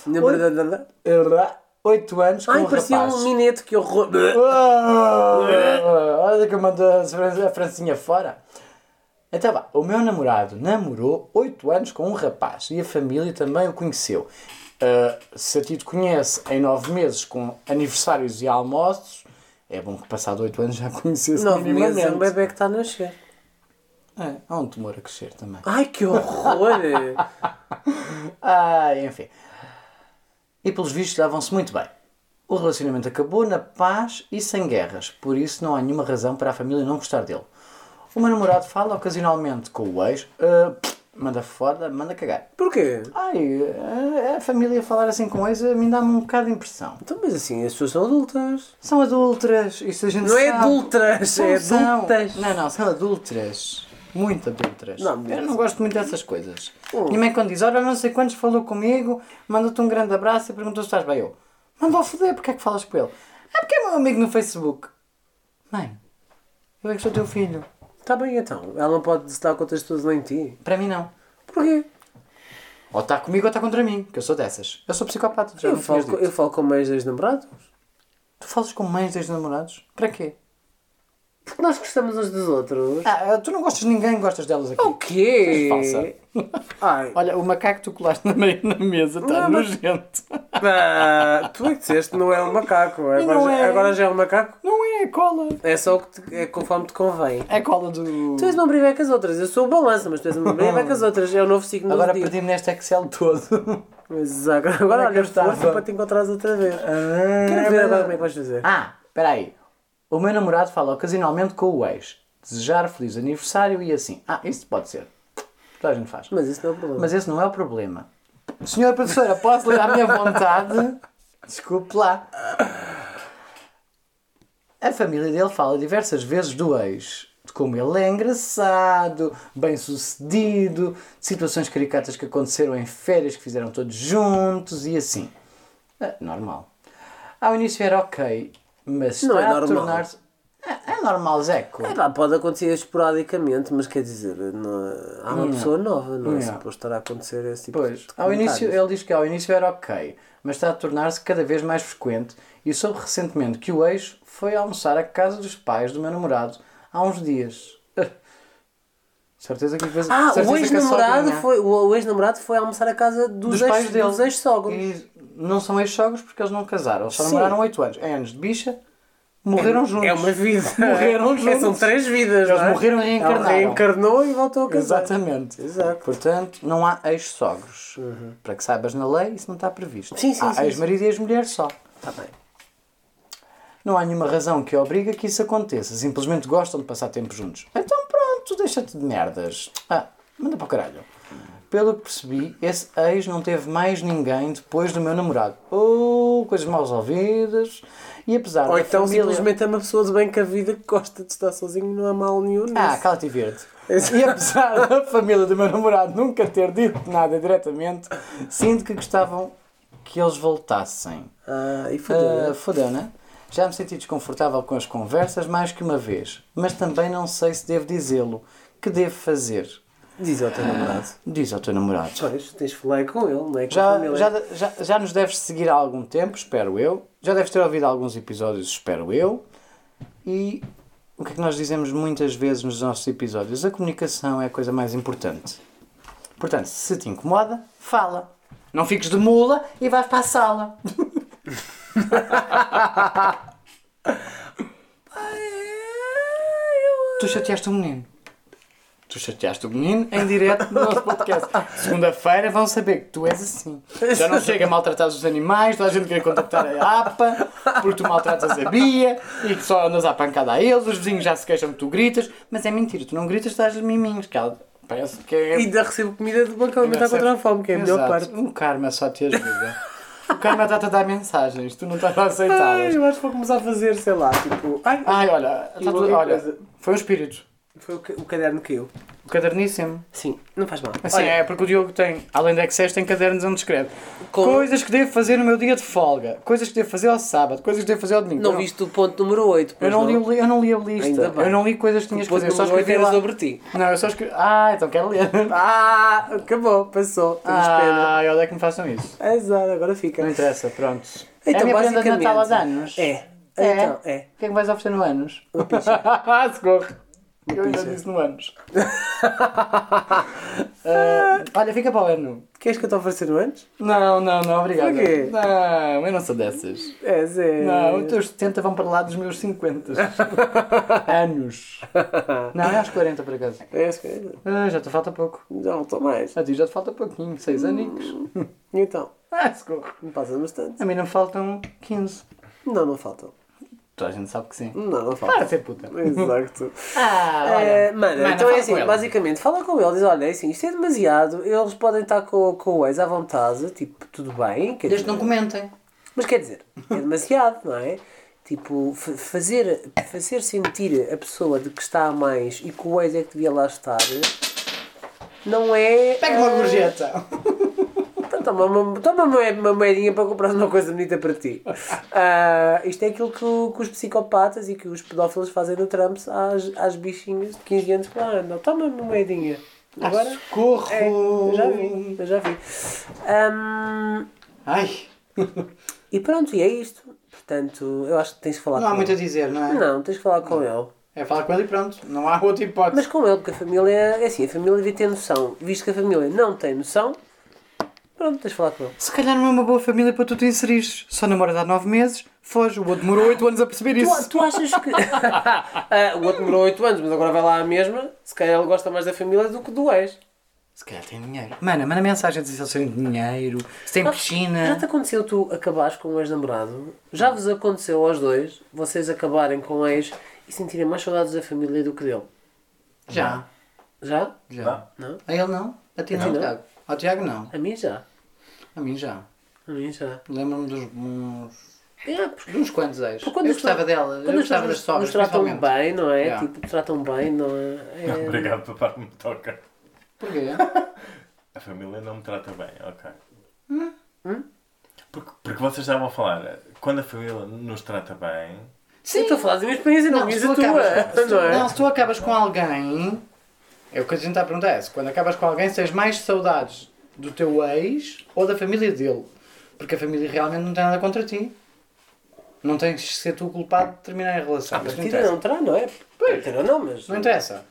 C: Na verdade.
A: erra, Oito anos com
C: Ai,
A: um
C: parecia
A: rapaz.
C: um minete, que horror. É.
A: Ah, Olha que eu mando a Fran- a Francinha fora. Então vá, o meu namorado namorou 8 anos com um rapaz e a família também o conheceu. Ah, se a ti te conhece em 9 meses com aniversários e almoços, é bom que passado 8 anos já conhecesse
C: Nove meses, é um
A: minimamente.
C: bebê que está a nascer.
A: É, há um tumor a crescer também.
C: Ai, que horror!
A: Ah, enfim. E pelos vistos davam-se muito bem. O relacionamento acabou na paz e sem guerras, por isso não há nenhuma razão para a família não gostar dele. O meu namorado fala ocasionalmente com o ex, ah, pff, manda foda, manda cagar.
C: Porquê?
A: Ai, ah, a família falar assim com o ex a mim dá-me um bocado de impressão.
C: Então, mas assim, as pessoas são adultas.
A: São adultras, isso a gente
C: Não é
A: sabe.
C: adultas, é
A: São-
C: adultas.
A: Não, não, são adultas. Muito adultas.
C: Não, Hum. mas-
A: Eu não gosto muito dessas coisas. Minha mãe quando diz, olha, não sei quantos falou comigo, mandou-te um grande abraço e perguntou se estás bem. Eu, manda-o foder, porque é que falas com ele? Ah, porque é meu amigo no Facebook. Mãe, eu é que sou teu filho.
C: Está bem, então. Ela não pode se dar conta das pessoas nem de ti.
A: Para mim não.
C: Porquê?
A: Ou está comigo ou está contra mim, que eu sou dessas. Eu sou psicopata, já
C: Eu
A: não tinhas
C: falo, com-
A: dito.
C: eu falo com mães dos namorados.
A: Tu falas com mães dos namorados? Para quê?
C: Porque nós gostamos uns dos outros.
A: Ah, tu não gostas de ninguém, gostas delas aqui.
C: O quê?
A: Falsa.
C: Ai,
A: Olha, o macaco que tu colaste na, me- na mesa está
C: Não, mas-
A: nojento.
C: ah, tu é que disseste, não é um macaco. Agora,
A: não
C: já-
A: é.
C: agora já é um macaco.
A: Não é, é cola.
C: É só o que te- é conforme te convém.
A: É cola do.
C: Tu és uma briga com as outras. Eu sou o balança, mas tu és uma briga com as outras. É o novo signo
A: Agora
C: do dia.
A: perdi-me neste Excel todo.
C: Exato. Agora
A: Onde é que eu
C: olha, força
A: estava? Ah,
C: para te encontrares outra vez. Quero
A: Quero
C: ver agora como é que vais fazer.
A: Ah, espera aí. O meu namorado fala ocasionalmente com o ex. Desejar feliz aniversário e assim. Ah, isso pode ser. Toda a gente faz.
C: Mas isso não é o problema.
A: Mas esse não é o problema. Senhora professora, posso ler à minha vontade? Desculpe lá. A família dele fala diversas vezes do ex. de como ele é engraçado, bem sucedido, de situações caricatas que aconteceram em férias que fizeram todos juntos e assim. Ah, Normal. Ao início era ok, mas
C: Não é
A: está a
C: normal.
A: tornar-se. É, é normal, Zeco.
C: É pá, pode acontecer esporadicamente, mas quer dizer, não- há uma pessoa nova, não é
A: Yeah.
C: suposto estar a acontecer esse tipo
A: Pois,
C: de
A: ao
C: comentários.
A: início, ele diz que ao início era ok, mas está a tornar-se cada vez mais frequente e soube recentemente que o ex foi almoçar à casa dos pais do meu namorado há uns dias. Certeza que fez
C: Ah,
A: certeza
C: o
A: que a
C: ex-namorado
A: sogra-
C: foi, o o ex-namorado foi almoçar à casa dos,
A: dos
C: ex,
A: pais dele.
C: dos ex-sogros.
A: E não são ex-sogros porque eles não casaram. Eles só
C: Sim.
A: namoraram 8 anos. É anos de bicha. Morreram juntos.
C: É uma vida. É,
A: Morreram juntos.
C: São três vidas.
A: Eles
C: não é?
A: morreram e reencarnaram.
C: Ele reencarnou e voltou a casar.
A: Exatamente.
C: Exato.
A: Portanto, não há ex-sogros. Para que saibas na lei, isso não está previsto.
C: Sim, sim,
A: há
C: sim,
A: ex-marido e ex-mulher só.
C: Está bem.
A: Não há nenhuma razão que obriga que isso aconteça. Simplesmente gostam de passar tempo juntos. Então pronto, deixa-te de merdas. Ah, manda para o caralho. Pelo que percebi, esse ex não teve mais ninguém depois do meu namorado. Oh, coisas mal resolvidas. E apesar
C: Ou
A: da
C: então
A: família...
C: simplesmente é uma pessoa de bem com a vida que gosta de estar sozinho não há mal nenhum nisso.
A: Ah, cala-te e verde. E apesar da família do meu namorado nunca ter dito nada diretamente, sinto que gostavam que eles voltassem.
C: Ah, e foi.
A: Ah, Fodeu, né? Já me senti desconfortável com as conversas mais que uma vez, mas também não sei se devo dizê-lo. Que devo fazer?
C: Diz ao teu namorado.
A: Diz ao teu namorado.
C: Ah, Pois, tens de falar com ele, não é? Com a
A: Já,
C: família.
A: já, já, já nos deves seguir há algum tempo, espero eu. Já deves ter ouvido alguns episódios, espero eu. E o que é que nós dizemos muitas vezes nos nossos episódios? A comunicação é a coisa mais importante. Portanto, se te incomoda, fala. Não fiques de mula e vais para a sala. tu chateaste o menino. Tu chateaste o menino em direto no nosso podcast. Segunda-feira vão saber que tu és assim. Já não chega a maltratar os animais, toda a gente quer contactar a APA, porque tu maltratas a Bia e que só andas à pancada a eles, os vizinhos já se queixam que tu gritas, mas é mentira, tu não gritas, dás-lhe miminhos, que ela parece que é.
C: E ainda recebo comida do banco alimentar
A: Percebe?
C: contra a fome, que é a melhor
A: Exato.
C: parte.
A: O karma só te ajuda. o karma está-te a dar mensagens, tu não estás a
C: Ai,
A: aceitá-las.
C: eu acho que vou começar a fazer, sei lá, tipo. Ai,
A: Ai, olha,
C: E
A: tá tudo-
C: outra
A: olha
C: coisa.
A: foi um espírito.
C: foi o, ca- o caderno que eu.
A: O caderníssimo.
C: Sim, não faz mal.
A: Assim, é porque o Diogo tem, além da Excel, tem cadernos onde escreve
D: Com-
A: coisas que devo fazer no meu dia de folga, coisas que devo fazer ao sábado, coisas que devo fazer ao domingo. Eu
D: Não viste o ponto número 8,
A: Eu
D: pois
A: não,
D: não?
A: li, o li- eu não li a lista.
D: Ainda bem.
A: Eu não li coisas que tinhas que
D: Depois
A: fazer. Eu só
D: número oito
A: escrevi
D: era
A: lá.
D: sobre ti.
A: Não, eu só escrevi. Ah, então quero ler.
C: Ah, acabou, passou. Temos pena.
A: Ah, olha que me façam isso.
C: é? Exato, agora fica.
A: Não interessa, pronto. é a
C: Então,
A: minha prenda de
C: basicamente,
A: Natal há de anos.
C: É.
A: É?
C: Então, é.
A: O que é que vais oferecer no anos? Ah, socorro. Eu ainda disse no anos. Ah, olha, fica para o ano.
C: Queres que eu te oferecer antes?
A: Não, não, não, obrigado.
C: Por quê?
A: Não, eu não sou dessas.
C: É, Zé.
A: Não, os teus 70 vão para lá dos meus 50 anos. Não, é aos 40 por acaso.
C: É as coisas.
A: Ah, já te falta pouco.
C: Já não estou mais.
A: A ti já te falta pouquinho, 6
C: Hum.
A: anicos.
C: E Então,
A: Ah, socorro.
C: me passas bastante.
A: A mim não faltam 15.
C: Não, não faltam.
A: Toda a gente sabe que sim.
C: Não, não
A: Para
C: faltam.
A: de ser puta.
C: Exato.
A: Ah,
C: É, mano, então
A: fala
C: é assim,
A: com ela.
C: basicamente, fala com ele, diz, olha, é assim, isto é demasiado, eles podem estar com, com o ex à vontade, tipo, tudo bem, quer
A: Desde
C: dizer,
A: que não comentem.
C: mas quer dizer, é demasiado, não é? Tipo, fa- fazer, fazer sentir a pessoa de que está a mais e que o ex é que devia lá estar, não é...
A: Pega uma
C: eh,
A: gorjeta.
C: então, Toma uma, toma uma, uma moedinha para comprar uma coisa bonita para ti. Ah, isto é aquilo que, o- que os psicopatas e que os pedófilos fazem no Trump às, às bichinhas de 15 anos que lá andam. Toma uma moedinha. Agora?
A: Ah, Socorro.
C: É, eu já vi, eu já vi. Ahm,
A: Ai,
C: e pronto, e é isto. Portanto, eu acho que tens que falar
A: não há
C: com
A: muito a
C: ele.
A: dizer, não é?
C: Não, tens que falar com ele.
A: É falar com ele e pronto. Não há outra hipótese.
C: Mas com ele, porque a família é assim, a família devia ter noção. Visto que a família não tem noção, pronto, tens de falar com ele.
A: Se calhar não é uma boa família para tu te inserires. Só namoras há 9 meses, foge. O outro demorou 8 anos a perceber
C: Tu,
A: isso.
C: tu achas que. Ah, o outro demorou 8 anos, mas agora vai lá à mesma. Se calhar ele gosta mais da família do que do ex.
A: Se calhar tem dinheiro. Mana, manda mensagem a dizer se eles têm dinheiro, se tem
C: Já
A: piscina.
C: te aconteceu tu acabares com um ex-namorado? Já vos aconteceu aos dois vocês acabarem com um ex e sentirem mais saudades da família do que dele?
A: Já.
C: Já?
A: Já.
C: Não?
A: A ele não. A ti não,
C: Não.
A: Tiago. Ao Tiago não.
C: A mim já.
A: A mim já.
C: A mim já.
A: Lembro-me dos uns
C: É, porque
E: de uns quantos ex. Eu
C: quando as
E: gostava
C: pessoas-
E: dela, eu
C: quando as
E: gostava das
C: pessoas
E: sobras,
C: nos tratam
E: principalmente.
C: bem, não é?
A: Yeah.
C: Tipo, tratam bem, não é? É-
B: Obrigado, papá, que me toca.
A: Porquê?
B: A família não me trata bem, ok. Porque, porque vocês estavam a falar, quando a família nos trata bem,
C: Eu
A: Sim.
C: estou a falar da minha experiência, não,
A: Não, se
C: diz
A: tu
C: a tua.
A: acabas, se tu-
C: não é?
A: não, se tu acabas com alguém, é o que a gente está a perguntar é se quando acabas com alguém, se tens mais saudades do teu ex ou da família dele. Porque a família realmente não tem nada contra ti. Não tens de ser tu o culpado de terminar a relação.
C: Mas
A: Isso não
C: tira
A: interessa.
C: Ah, não terá, não é? Pois. Terá não, mas...
A: Não interessa.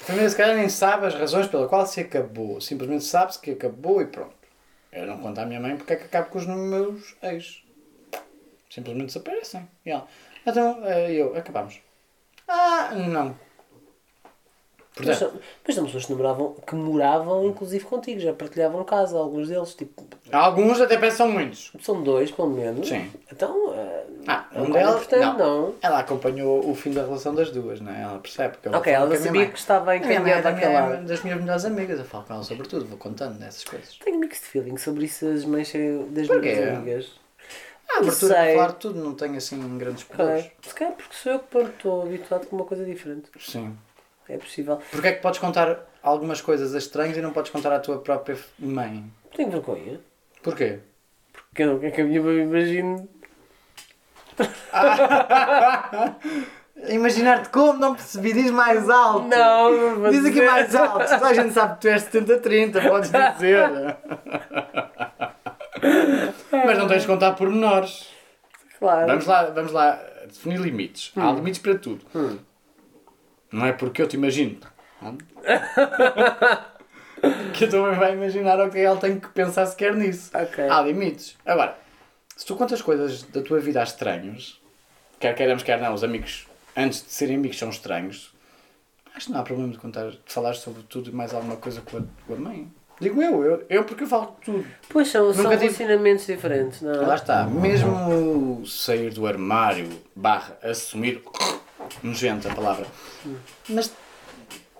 A: A família se calhar nem sabe as razões pela qual se acabou. Simplesmente sabe-se que acabou e pronto. Eu não conto à minha mãe porque é que acabo com os meus ex. Simplesmente desaparecem. E ela, então, eh, eu, acabamos. Ah, não. Portanto,
C: Mas, são- mas são pessoas que moravam, que moravam inclusive contigo, já partilhavam casa, alguns deles, tipo,
A: alguns até pensam muitos.
C: são dois pelo menos.
A: Sim.
C: Então, eh,
A: Ah,
C: é
A: um
C: um
A: delas-
C: bocado importante, não.
A: Ela acompanhou o fim da relação das duas, não é? Ela percebe que eu vou
C: Ok,
A: falar
C: ela
A: com a minha
C: sabia
A: mãe.
C: que estava
A: A minha mãe
C: encaminhada
A: era
C: àquela
A: minha,
C: lado.
A: das minhas melhores amigas. Eu falo com ela sobre tudo, vou contando dessas coisas.
C: Tenho mixed feeling sobre isso as mães serem das
A: Porquê?
C: minhas amigas.
A: A
C: Não
A: abertura de
C: sei.
A: falar de tudo não tem assim grandes problemas.
C: Ok. é? Se calhar porque sou eu que pronto, estou habituado com uma coisa diferente.
A: Sim.
C: É possível.
A: Porquê é que podes contar algumas coisas a estranhos e não podes contar à tua própria f- mãe?
C: Tenho vergonha.
A: Porquê?
C: Porque eu não quero que a minha mãe imagine.
A: Imaginar-te como? Não percebi. Diz mais alto.
C: Não, vou
A: Diz aqui
C: dizer.
A: mais alto. Toda a gente sabe que tu és 70-30, podes dizer. Mas não tens de contar pormenores.
C: Claro.
A: Vamos lá, vamos lá definir limites. Há limites para tudo. Não é porque eu te imagino. hum, que eu também vai imaginar, ok, ele tem que pensar sequer nisso.
C: Ok.
A: Há limites. Agora, se tu contas coisas da tua vida a estranhos, quer queiramos, quer não, os amigos, antes de serem amigos, são estranhos, acho que não há problema de contar, de falar sobre tudo e mais alguma coisa com a, com a mãe. Digo eu, eu, eu porque eu falo de tudo.
C: Pois são, são
A: Nunca tive-
C: relacionamentos diferentes, não
A: Lá
C: é?
A: está, mesmo sair do armário, barra, assumir, nojenta a palavra, mas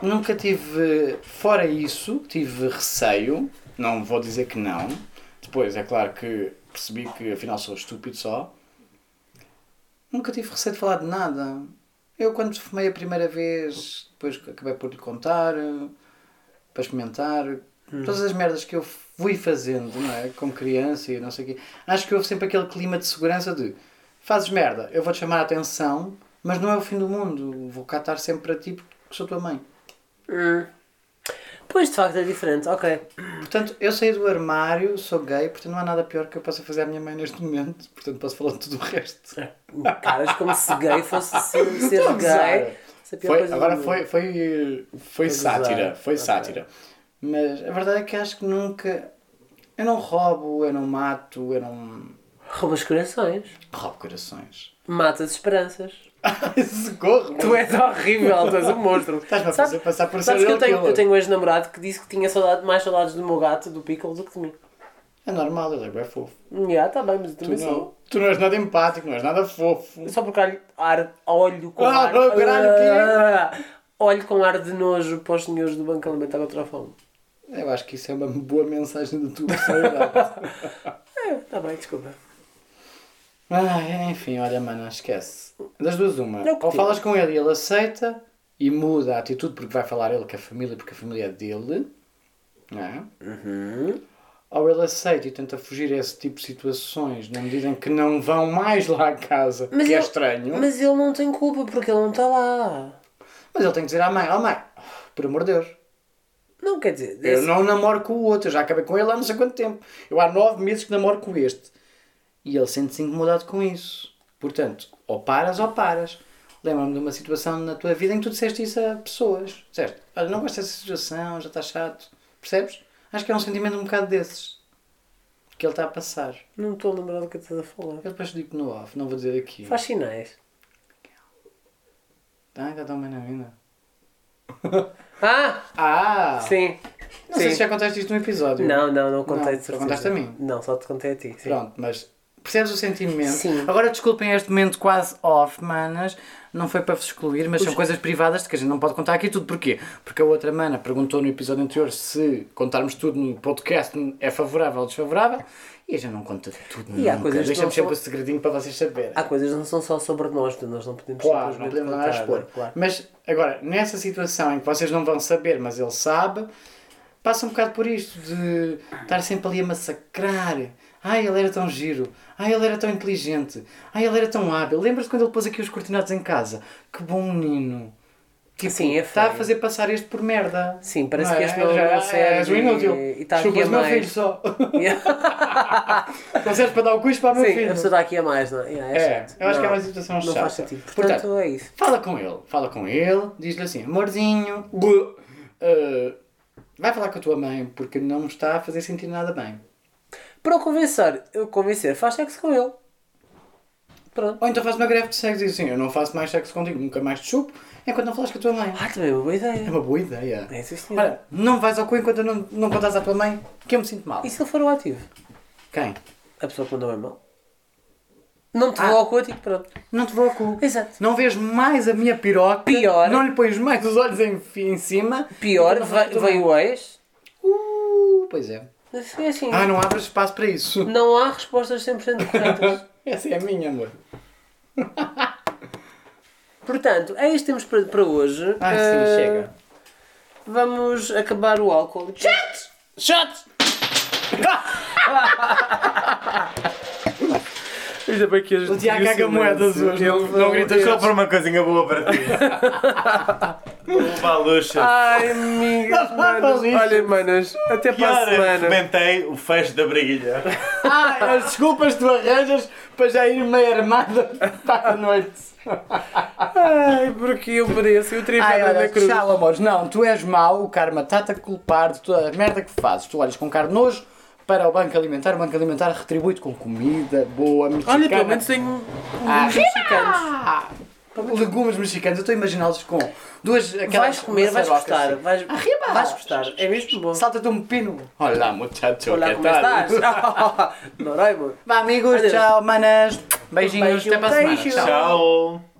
A: nunca tive, fora isso, tive receio, não vou dizer que não, depois é claro que percebi que afinal sou estúpido só, nunca tive receio de falar de nada. Eu quando fumei a primeira vez, depois acabei por lhe contar, para experimentar. Todas as merdas que eu fui fazendo, não é? Como criança e não sei o quê. Acho que houve sempre aquele clima de segurança de fazes merda, eu vou-te chamar a atenção, mas não é o fim do mundo. Vou catar sempre para ti porque sou tua mãe.
C: Hum. Pois de facto é diferente, ok.
A: Portanto, eu saí do armário, sou gay, portanto não há nada pior que eu possa fazer à minha mãe neste momento. Portanto, posso falar de tudo o resto.
C: Caras como se gay fosse ser, ser
A: Estou a gozar.
C: gay. Isso é a pior
A: Foi,
C: coisa do
A: agora
C: mundo.
A: foi, foi, foi
C: gozar.
A: sátira, foi
C: Ok.
A: sátira. Mas a verdade é que acho que nunca... Eu não roubo, eu não mato, eu não...
C: Roubas corações,
A: Roubo corações.
C: matas esperanças.
A: Socorro!
C: Tu és horrível, tu és um monstro.
A: Estás-me a fazer
C: Sabe-
A: passar por
C: Sabes
A: ser
C: que eu tenho, eu
A: eu
C: tenho um ex-namorado que disse que tinha saudade, mais saudades do meu gato, do Pickle, do que de mim.
A: É normal, ele é bem fofo.
C: Já, tá bem, mas eu
A: Tu
C: também
A: não,
C: sou.
A: tu não és nada empático, não és nada fofo.
C: Só porque olho, ar, olho com
A: Ah,
C: ar...
A: não, caralho, é? o quê?
C: Ah, olho com ar de nojo para os senhores do Banco Alimentar contra a Fome.
A: Eu acho que isso é uma boa mensagem da tua personalidade.
C: É, tá bem, desculpa.
A: Ai, Ah, é, enfim, olha, mano, esquece. Das duas, uma.
C: Não, que
A: Ou
C: tira.
A: falas com ele e ele aceita e muda a atitude porque vai falar ele com a família, porque a família é dele. Não é? Ou ele aceita e tenta fugir a esse tipo de situações na medida em que não vão mais lá à casa, que é
C: ele-
A: estranho.
C: Mas ele não tem culpa porque ele não está lá.
A: Mas ele tem que dizer à mãe, ó mãe, por amor de Deus,
C: Não quer dizer.
A: eu
C: esse-
A: não namoro com o outro, eu já acabei com ele há não sei quanto tempo. Eu há nove meses que namoro com este. E ele sente-se incomodado com isso. Portanto, ou paras ou paras. Lembra-me de uma situação na tua vida em que tu disseste isso a pessoas. Disseste, olha, não gosto dessa situação, já está chato. Percebes? Acho que é um sentimento um bocado desses. Que ele está a passar.
C: Não estou a lembrar do que estás a falar.
A: Eu depois digo no off, não vou dizer aqui.
C: Faz sinais.
A: Ah, ainda estão bem na vida.
C: Ah!
A: Ah!
C: Sim.
A: Não sei
C: Sim.
A: se já contaste isto num episódio.
C: Não, não, não contei
A: Não,
C: de
A: só
C: certeza.
A: contaste a mim.
C: Não, só te contei a ti. Sim.
A: Pronto, mas Percebes o sentimento?
C: Sim.
A: Agora desculpem este momento quase off, manas. Não foi para vos excluir, mas são coisas privadas que a gente não pode contar aqui tudo. Porquê? Porque a outra mana perguntou no episódio anterior se contarmos tudo no podcast é favorável ou desfavorável. E a gente não conta tudo
C: E há
A: nunca.
C: coisas que
A: Deixamos
C: não
A: sempre o segredinho para vocês saberem.
C: Há coisas que não são só sobre nós, portanto nós não podemos
A: Claro, não
C: simplesmente
A: podemos nada
C: contar,
A: expor.
C: né? Claro.
A: Mas agora, nessa situação em que vocês não vão saber, mas ele sabe, passa um bocado por isto de estar sempre ali a massacrar. Ai, ele era tão giro. Ai, ele era tão inteligente. Ai, ele era tão hábil. Lembras-te quando ele pôs aqui os cortinados em casa? Que bom menino. Tipo,
C: Sim, é
A: está a
C: feio.
A: fazer passar este por merda.
C: Sim, parece
A: Não é?
C: que este não-
A: Já
C: não
A: És
C: serve
A: um inútil.
C: e- e está aqui
A: Chupas
C: a
A: o meu
C: mais.
A: filho só. Não serves para dar o cuis para o meu
C: Sim, a
A: filho.
C: pessoa está aqui a mais, não é? é,
A: É,
C: chato.
A: eu acho
C: Não,
A: que é uma situação
C: Não
A: chata.
C: faz sentido. Portanto,
A: Portanto,
C: é isso.
A: Fala com ele, fala com ele, diz-lhe assim, amorzinho, buh, eh, vai falar com a tua mãe porque não me está a fazer sentir nada bem.
C: Para o convencer, eu convencer, faz sexo com ele. Pronto.
A: Ou então faz uma greve de sexo e diz assim, eu não faço mais sexo contigo, nunca mais te chupo, enquanto não falas com a tua mãe.
C: Ah, também é uma boa
A: É
C: ideia.
A: uma boa ideia.
C: É, sim, senhor.
A: Ora, não vais ao cu enquanto não, não contas à tua mãe que eu me sinto mal.
C: E se ele for o ativo?
A: Quem?
C: A pessoa que mandou é mal. Não te
A: Ah.
C: vou ao cótico, pronto.
A: Não te vou ao cu.
C: Exato.
A: Não vês mais a minha piroca.
C: Pior.
A: Não lhe pões mais os olhos em, em cima.
C: Pior,
A: Enquanto não falas
C: vem,
A: com a tua
C: vem
A: mãe.
C: o ex.
A: Uh, pois é.
C: É assim.
A: Ah, não abres espaço para isso.
C: Não há respostas 100% corretas.
A: Essa é a minha, amor.
C: Portanto, é isto que temos para, para hoje.
A: Ah,
C: Eh,
A: sim, chega.
C: Vamos acabar o álcool.
A: Shot!
C: Ainda bem que
A: O Tiago caga moedas hoje. Não, não gritas só
B: Só por
A: para
B: uma coisinha boa para ti. o Balucha.
C: Ai, amigas, manas. Olha, manas, até para a
B: Pior,
C: semana.
B: comentei o fecho da briguilha.
A: Ah, as desculpas tu arranjas para já ir meio armada para a noite.
C: Ai, porque eu mereço. Eu teria
A: Ai,
C: pedra
A: olha,
C: da um cruz.
A: tchau, amores. Não, tu és mau, o karma está-te a culpar de toda a merda que fazes. Tu olhas com carnojo para o banco alimentar, o banco alimentar retribui-te com comida boa, mexicana.
C: Olha, pelo menos tenho um, uns mexicanos.
A: Ah, legumes mexicanos. Eu estou a imaginá-los com duas aquelas
C: Vais comer, vais
A: maçarocas,
C: gostar.
A: assim.
C: Vais,
A: Arriba!
C: vais gostar. É mesmo bom.
A: Salta-te um pepino. Olá, muchacho.
C: Olá,
A: ¿qué
C: como é
A: tal?
C: estás? Noraimo.
A: Vá, amigos,
C: Adeus.
A: tchau, manas. Beijinhos,
C: Beijo,
A: até para a semana.
C: beijo.
A: Tchau.
B: Tchau.